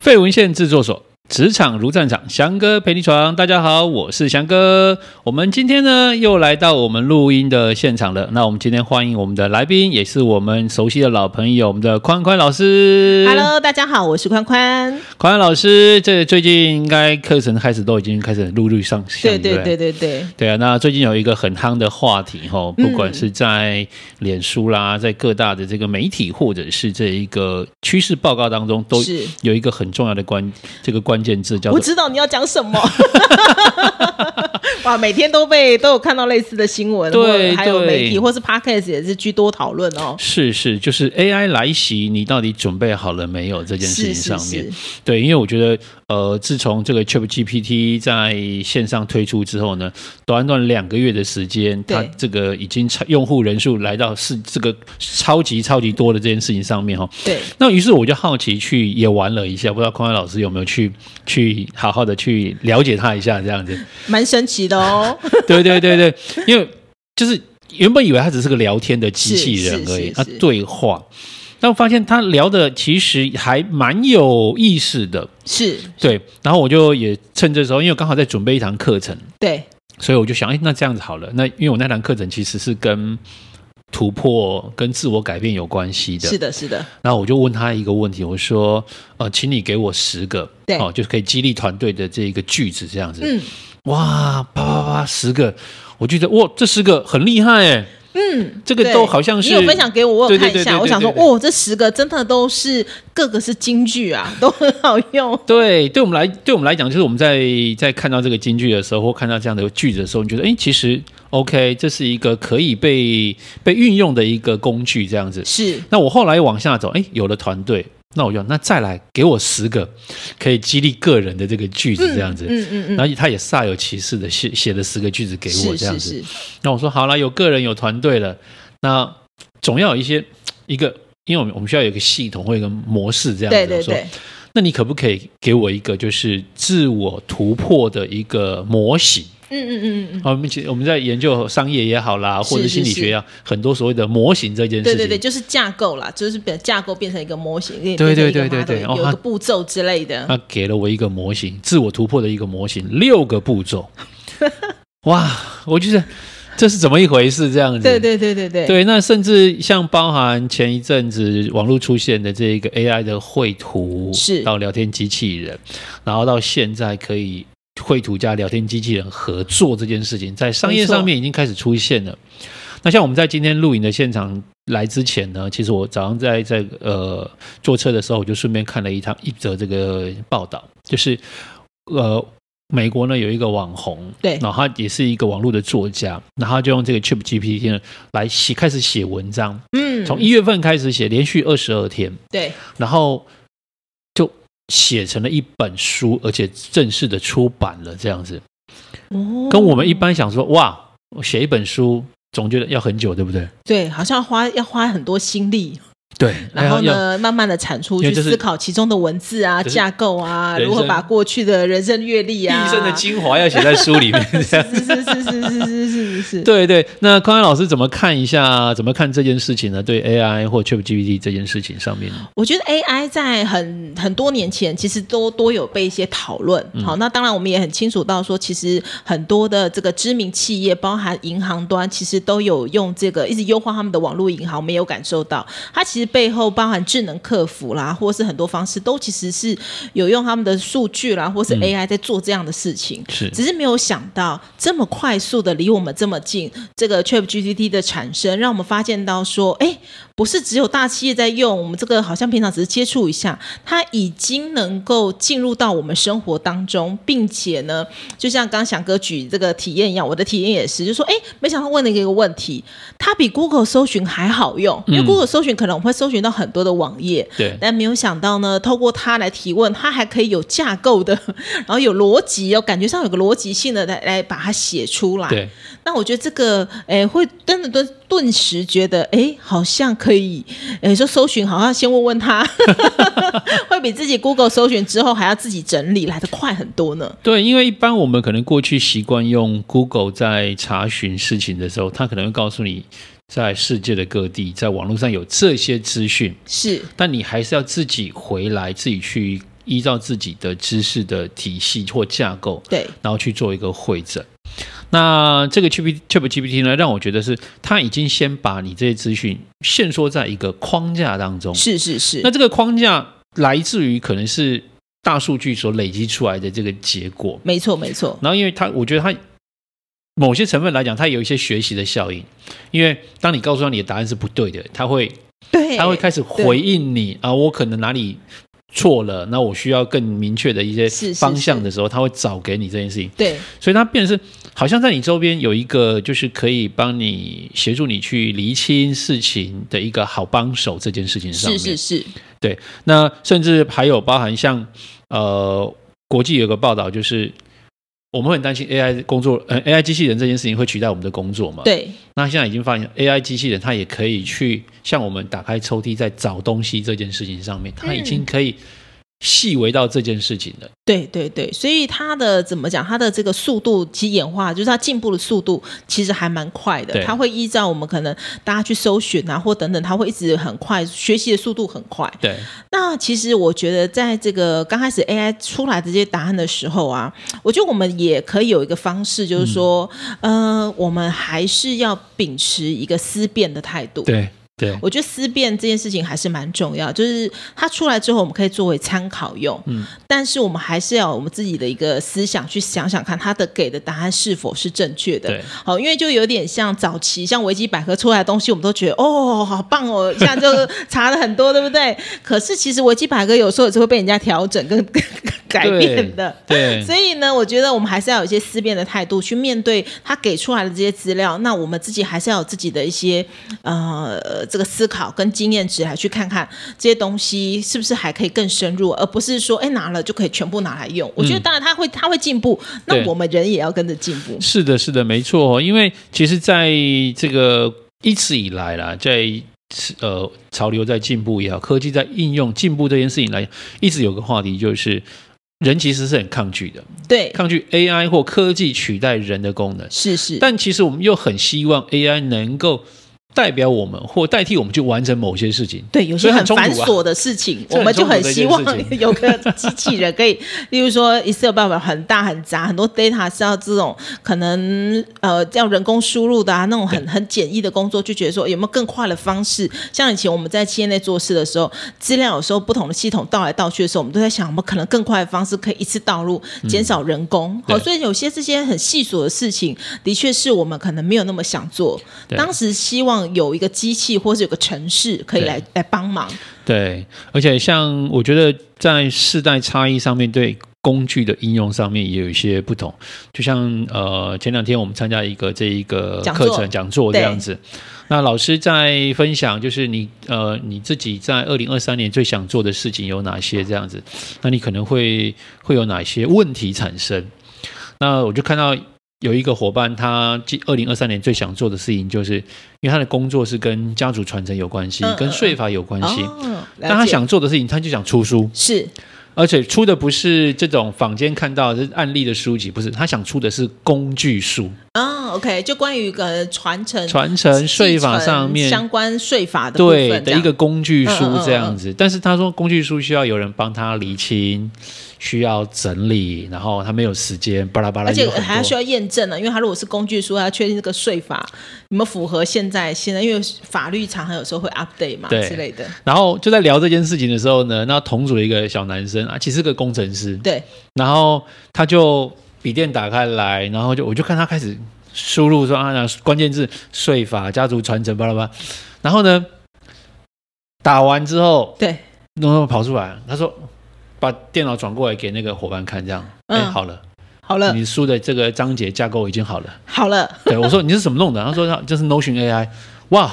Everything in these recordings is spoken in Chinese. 废文献制作所。职场如战场，翔哥陪你闯。大家好，我是翔哥。我们今天呢又来到我们录音的现场了。那我们今天欢迎我们的来宾，也是我们熟悉的老朋友，我们的宽宽老师。 Hello，大家好，我是宽宽。宽宽老师，这最近应该课程开始都已经开始陆续上线，对对对不对对对，对啊，那最近有一个很夯的话题哈，嗯不管是在脸书啦，在各大的这个媒体或者是这一个趋势报告当中，都是有一个很重要的关这个关键字叫我做知道你要讲什么。 哇，每天都被都有看到类似的新闻，对或者还有对媒体或是 podcast 也是居多讨论哦。是是，就是 AI 来袭，你到底准备好了没有这件事情是上是面？是，对，因为我觉得，呃，自从这个 ChatGPT 在线上推出之后呢，短短两个月的时间，它对这个已经超用户人数来到是这个超级超级多的这件事情上面哈、对，那于是我就好奇去也玩了一下，不知道空安老师有没有去去好好的去了解他一下这样子？ 蛮神奇的哦。对对对对，因为就是原本以为他只是个聊天的机器人而已是是，是啊，对话，但我发现他聊的其实还蛮有意思的。是，对，然后我就也趁这时候，因为我刚好在准备一堂课程，对，所以我就想，哎，那这样子好了，那因为我那堂课程其实是跟突破、跟自我改变有关系的。是的，是的，然后我就问他一个问题，我说：“呃，请你给我十个，对哦，就是可以激励团队的这一个句子，这样子。嗯哇，啪啪啪，十个，我觉得哇，这十个很厉害哎，嗯，这个对都好像是你有分享给我，我对对有看一对对下，对我想说，对对哦，这十个真的都是各个是金句啊， 都很好用。对，对我们来，对我们来讲，就是我们在在看到这个金句的时候，或看到这样的句子的时候，你觉得，哎，其实 OK，这是一个可以被被运用的一个工具，这样子。是，那我后来往下走，哎，有了团队，那我就那再来给我十个可以激励个人的这个句子，这样子。嗯嗯嗯，然后他也煞有其事的写写了十个句子给我是这样是子。是，那我说好了，有个人有团队了，那总要有一些一个，因为我们我们需要有一个系统或一个模式这样子。对对我说对，那你可不可以给我一个就是自我突破的一个模型？嗯嗯嗯嗯嗯，啊，我们其实我们在研究商业也好啦，是或者心理学呀，很多所谓的模型这件事对情。对对，就是架构啦，就是把架构变成一个模型，对对对对对对哦有一它个步骤之类的。他给了我一个模型，自我突破的一个模型，六个步 骤。哇，我觉得这是怎么一回事？这样子。对对对对对，对，那甚至像包含前一阵子网络出现的这一个 AI 的绘图，是到聊天机器人，然后到现在可以绘图加聊天机器人合作这件事情，在商业没错上面已经开始出现了。那像我们在今天录影的现场来之前呢，其实我早上在在呃坐车的时候，我就顺便看了一趟一则这个报道，就是呃美国呢有一个网红，对然后他也是一个网络的作家，然后他就用这个 Chat GPT 呢来写开始写文章，嗯，从一月份开始写，连续二十二天，对然后就写成了一本书，而且正式的出版了，这样子，哦跟我们一般想说，哇，我写一本书，总觉得要很久，对不对？对，好像花要花很多心力，对，然后哎要。要呢，慢慢的产出，因为去这是思考其中的文字啊、这是架构啊，人生如何把过去的人生阅历啊，毕生的精华要写在书里面，这样是是是是是是是是是，对对，那康安老师怎么看一下？怎么看这件事情呢？对 AI 或 ChatGPT 这件事情上面，我觉得 AI 在很很多年前，其实都多有被一些讨论。好，那当然我们也很清楚到说，其实很多的这个知名企业，包含银行端，其实都有用这个一直优化他们的网络银行，我们也有感受到，它其实背后包含智能客服啦，或是很多方式，都其实是有用他们的数据啦，或是 AI 在做这样的事情。是只是没有想到这么快速的离我们这么近，这个 Chat GPT 的产生，让我们发现到说，哎，不是只有大企业在用，我们这个好像平常只是接触一下，它已经能够进入到我们生活当中，并且呢，就像刚翔哥举这个体验一样，我的体验也是，就说，哎，没想到问了一个问题，它比 Google 搜寻还好用，因为 Google 搜寻可能我们会搜寻到很多的网页，对但没有想到呢，透过它来提问，它还可以有架构的， 然后有逻辑哦，感觉上有个逻辑性的来来把它写出来。对，那我觉得这个，诶，会真的顿顿时觉得，诶，好像可以，诶，说搜寻好像先问问他， 会比自己 Google 搜寻之后还要自己整理来的快很多呢。对，因为一般我们可能过去习惯用 Google 在查询事情的时候，它可能会告诉你在世界的各地，在网络上有这些资讯，是但你还是要自己回来，自己去。依照自己的知识的体系或架构，对，然后去做一个会诊。那这个 Chat G- Chat GPT 呢，让我觉得是它已经先把你这些资讯限缩在一个框架当中。是是是那，这个框架来自于可能是大数据所累积出来的这个结果。没错没错，然后，因为它，我觉得它某些成分来讲，它有一些学习的效应。因为当你告诉他你的答案是不对的，他会对，他会开始回应你啊，我可能哪里错了，那我需要更明确的一是些是方向的时候，他会找给你这件事情。对所以它变成是好像在你周边有一个就是可以帮你协助你去厘清事情的一个好帮手这件事情上是面。是是，对，那甚至还有包含像呃，国际有个报道就是。我们会很担心 AI 工作，呃，AI 机器人这件事情会取代我们的工作嘛？对那现在已经发现，AI 机器人它也可以去像我们打开抽屉在找东西这件事情上面，它已嗯经可以细微到这件事情了。对对对，所以它的怎么讲，它的这个速度其实演化，就是它进步的速度其实还蛮快的对。它会依照我们可能大家去搜寻啊，或等等，它会一直很快，学习的速度很快。对，那其实我觉得，在这个刚开始 AI 出来的这些答案的时候啊，我觉得我们也可以有一个方式，就是说，呃，我们还是要秉持一个思辨的态度。对，对，我觉得思辨这件事情还是蛮重要，就是它出来之后，我们可以作为参考用，嗯，但是我们还是要有我们自己的一个思想去想想看，它的给的答案是否是正确的对。好，因为就有点像早期像维基百科出来的东西，我们都觉得哦，好棒哦，一下就查了很多，对不对？可是其实维基百科有时候也是会被人家调整跟 改变的。对，所以呢，我觉得我们还是要有一些思辨的态度去面对他给出来的这些资料。那我们自己还是要有自己的一些呃这个思考跟经验值，来去看看这些东西是不是还可以更深入，而不是说哎拿了就可以全部拿来用。我觉得当然他会他会进步，嗯对那我们人也要跟着进步。是的，是的，没错、哦。因为其实在这个一直以来啦，在呃潮流在进步也好，科技在应用进步这件事情来，一直有个话题就是，人其实是很抗拒的，对，抗拒 AI 或科技取代人的功能。是是，但其实我们又很希望 AI 能够代表我们或代替我们去完成某些事情。对，有所些以很很冲突啊繁琐的事情，这很我们就很希望冲突的一件 有个机器人可以， 例如说 Excel 办法很大很杂，很多 data 是要这种可能呃要人工输入的啊，那种很很简易的工作，就觉得说有没有更快的方式？像以前我们在企业内做事的时候，资料有时候不同的系统倒来倒去的时候，我们都在想有没有可能更快的方式可以一次导入，减少人工。嗯对好、所以有些这些很细琐的事情，的确是我们可能没有那么想做。对当时希望有一个机器或是有个城市可以对来来帮忙。对，而且像我觉得在世代差异上面对。工具的应用上面也有一些不同，就像呃前两天我们参加一个这一个讲座课程讲座这样子，那老师在分享就是你呃你自己在二零二三年最想做的事情有哪些这样子，那你可能会会有哪些问题产生？那我就看到有一个伙伴，他二零二三年最想做的事情就是，因为他的工作是跟家族传承有关系，嗯嗯跟税法有关系。哦，但他了解想做的事情，他就想出书，是而且出的不是这种坊间看到的案例的书籍，不是他想出的是工具书，啊、o k 就关于一个传承、传承税法嗯继承上面相关税法的部分对的这样一个工具书嗯嗯嗯这样子。但是他说，工具书需要有人帮他厘清，需要整理，然后他没有时间，巴拉巴拉而有且很多，还要需要验证啊呢，因为他如果是工具书，他要确定这个税法有没有符合现在现在，因为法律常常有时候会 update 嘛对之类的。然后就在聊这件事情的时候呢，那同组的一个小男生啊，其实是个工程师，对，然后他就笔电打开来，然后就我就看他开始输入说啊，那关键字税法、家族传承，巴拉巴拉。然后呢，打完之后，对，然后跑出来，他说把电脑转过来给那个伙伴看，这样，哎、嗯好了，好了，你书的这个章节架构已经好了。好了， 对我说你是怎么弄的？他说他就是 Notion AI，哇，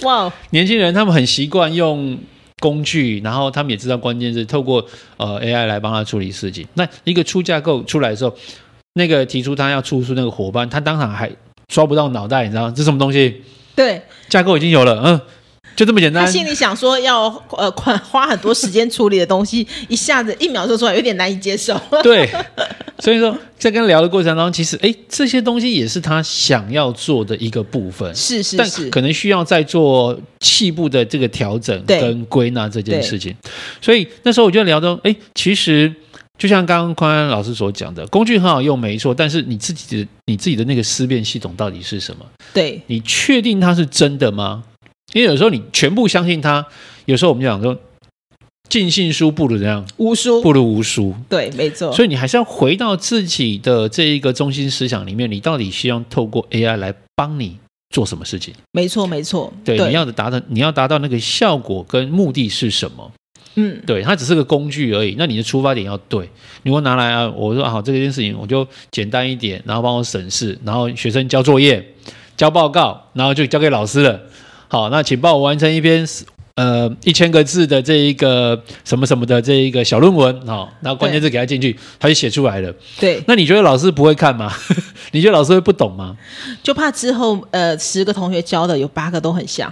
哇，哦年轻人他们很习惯用工具，然后他们也知道关键是透过呃 AI 来帮他处理事情。那一个出架构出来的时候，那个提出他要出书那个伙伴，他当场还抓不到脑袋，你知道吗这什么东西？对架构已经有了，嗯，就这么简他 单。心里想说要呃花花很多时间处理的东西，一下子一秒就出来，有点难以接受。对，所以说，在跟聊的过程当中，其实哎，这些东西也是他想要做的一个部分， 是是但是，可能需要再做细部的这个调整对跟归纳这件对事情。所以那时候我就聊到，哎，其实就像刚刚宽安老师所讲的，工具很好用没错，但是你自己的你自己的那个思辨系统到底是什么？对你确定它是真的吗？因为有时候你全部相信它，有时候我们就讲说，尽信书不如怎样，无书，不如无书。对，没错，所以你还是要回到自己的这一个中心思想里面，你到底希望透过 AI 来帮你做什么事情？没错没错，对，你要的达到你要达到那个效果跟目的是什么？嗯，对，它只是个工具而已。那你的出发点要对。你会拿来啊，我说啊好、这件事情我就简单一点，然后帮我省事，然后学生交作业、交报告，然后就交给老师了。好，那请帮我完成一篇呃一千个字的这一个什么什么的这一个小论文，好、然后关键字给他进去，他就写出来了。对，那你觉得老师不会看吗？ 你觉得老师会不懂吗？就怕之后呃十个同学教的有八个都很像，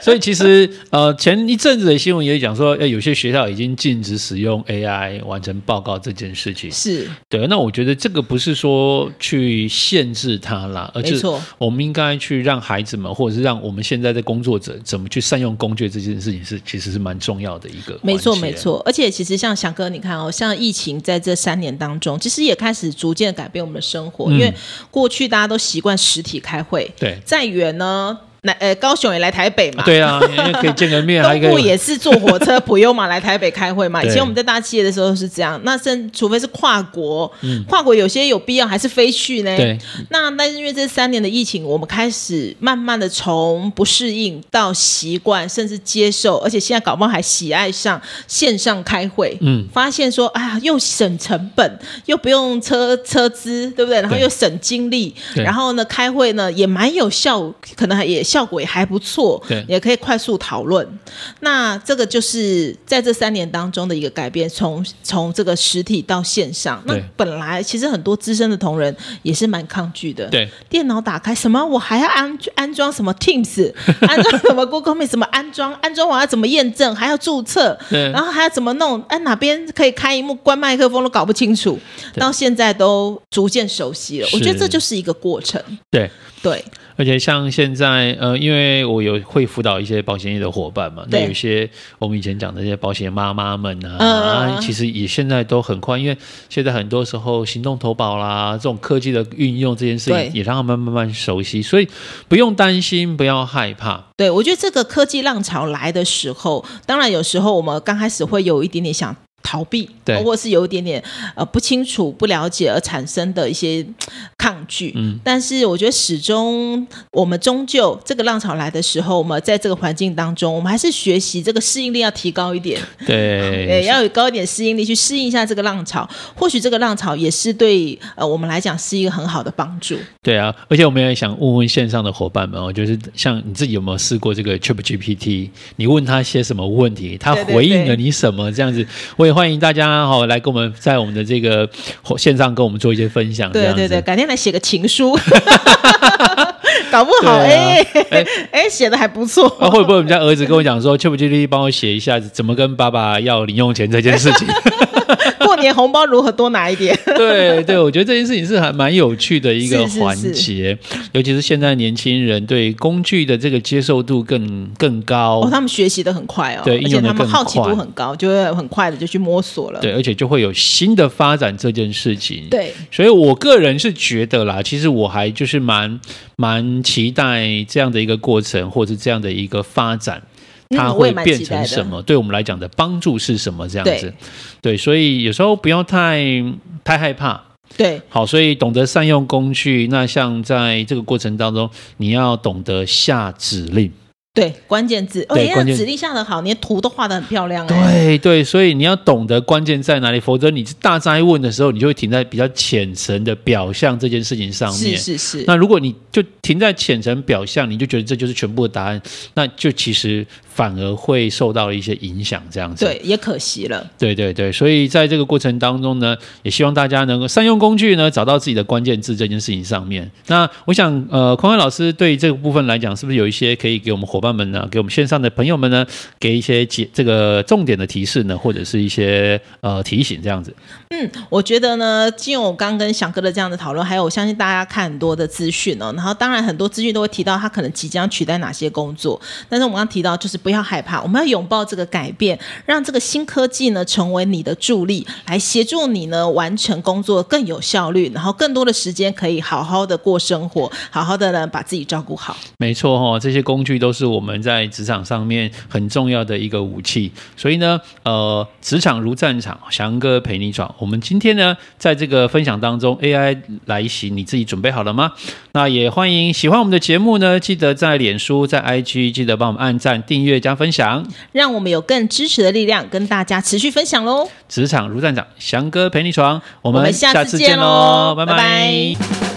所以其实呃，前一阵子的新闻也讲说，呃，有些学校已经禁止使用 AI 完成报告这件事情。是对，那我觉得这个不是说去限制它啦，而没是错，我们应该去让孩子们，或者是让我们现在的工作者，怎么去善用工具这件事情是，其实是蛮重要的一个。没错，没。错。而且其实像翔哥，你看哦，像疫情在这三年当中，其实也开始逐渐改变我们的生嗯活，因为过去大家都习惯实体开会，对，再远呢，来呃高雄也来台北嘛，对啊，因为可以见个 面，还可东部以也是坐火车普悠玛来台北开会嘛。以对前我们在大企业的时候是这样，那甚除非是跨国，跨国有些有必要还是飞去呢。嗯对那但是因为这三年的疫情，我们开始慢慢的从不适应到习惯，甚至接受，而且现在搞不好还喜爱上线上开会。嗯发现说，哎呀，又省成本，又不用车车资，对不对？然后对又省精力，对然后呢，开会呢也蛮有效，可能还也效果也还不错对，也可以快速讨论。那这个就是在这三年当中的一个改变，从从这个实体到线上。那对本来其实很多资深的同仁也是蛮抗拒的，对电脑打开什么，我还要安安装什么 Teams，安装什么 Google Meet，怎么安装？安装完要怎么验证？还要注册，对然后还要怎么弄？哎、哪边可以开一幕、关麦克风都搞不清楚，对到现在都逐渐熟悉了。我觉得是这就是一个过程，对。对，而且像现在，呃，因为我有会辅导一些保险业的伙伴嘛，那对有些我们以前讲的那些保险妈妈们啊，嗯啊其实也现在都很快，因为现在很多时候行动投保啦，这种科技的运用这件事对情，也让他们慢慢熟悉，所以不用担心，不要害怕。对我觉得这个科技浪潮来的时候，当然有时候我们刚开始会有一点点想。逃避，对或者是有一点点呃不清楚、不了解而产生的一些嘖抗拒，嗯，但是我觉得始终我们终究这个浪潮来的时候，我们在这个环境当中，我们还是学习这个适应力要提高一点，对，对，要有高一点适应力去适应一下这个浪潮。或许这个浪潮也是对呃我们来讲是一个很好的帮助。对啊。而且我们也想问问线上的伙伴们哦，就是像你自己有没有试过这个 Chat GPT？你问他些什么问题，他对对回应对了你什么？这样子，我也欢迎大家哦来跟我们在我们的这个 线上跟我们做一些分享。这对样对子对，改天来写个情 书，搞不好对啊哎 哎写的还不错。 啊，会不会我们家儿子跟我讲说 c h a t g 帮我写一下怎么跟爸爸要零用钱这件事情？ 过年红包如何多拿一点？对对，我觉得这件事情是还蛮有趣的一个是是环是节，尤其是现在年轻人对工具的这个接受度更更高。哦，他们学习的很快哦，对而应且用得他们更好奇度快很高，就会很快的就去摸索了。对，而且就会有新的发展这件事情。对所以我个人是觉得啦，其实我还就是蛮蛮期待这样的一个过程，或者这样的一个发展。嗯它我会也蛮变期成待的什么？对我们来讲的帮助是什么？这样对子，对，所以有时候不要太太害怕。对好，所以懂得善用工具。那像在这个过程当中，你要懂得下指令。对，关键字，哦，对人关家键指令下的好，连图都画的很漂亮哎、对对，所以你要懂得关键在哪里，否则你大灾问的时候，你就会停在比较浅层的表象这件事情上面。是是是，那如果你就停在浅层表象，你就觉得这就是全部的答案，那就其实反而会受到一些影响，这样子。对，也可惜了。对对对，所以在这个过程当中呢，也希望大家能够善用工具呢，找到自己的关键字这件事情上面。那我想，呃，匡威老师对这个部分来讲，是不是有一些可以给我们伙伴官们呢，给我们线上的朋友们呢，给一些解这个重点的提示呢，或者是一些呃提醒这样子。嗯，我觉得呢，经由我刚跟翔哥的这样的讨论，还有我相信大家看很多的资讯哦，然后当然很多资讯都会提到他可能即将取代哪些工作，但是我们刚刚提到就是不要害怕，我们要拥抱这个改变，让这个新科技呢成为你的助力，来协助你呢完成工作更有效率，然后更多的时间可以好好的过生活，好好的呢把自己照顾好。没错哈、哦，这些工具都是我们在职场上面很重要的一个武器。所以呢，呃，职场如战场，翔哥陪你闯。我们今天呢，在这个分享当中，AI 来袭，你自己准备好了吗？那也欢迎喜欢我们的节目呢，记得在脸书、在 IG，记得帮我们按赞、订阅、加分享。让我们有更支持的力量，跟大家持续分享喽。职场如战场，翔哥陪你闯。我我们们下次次见见喽喽，拜拜拜拜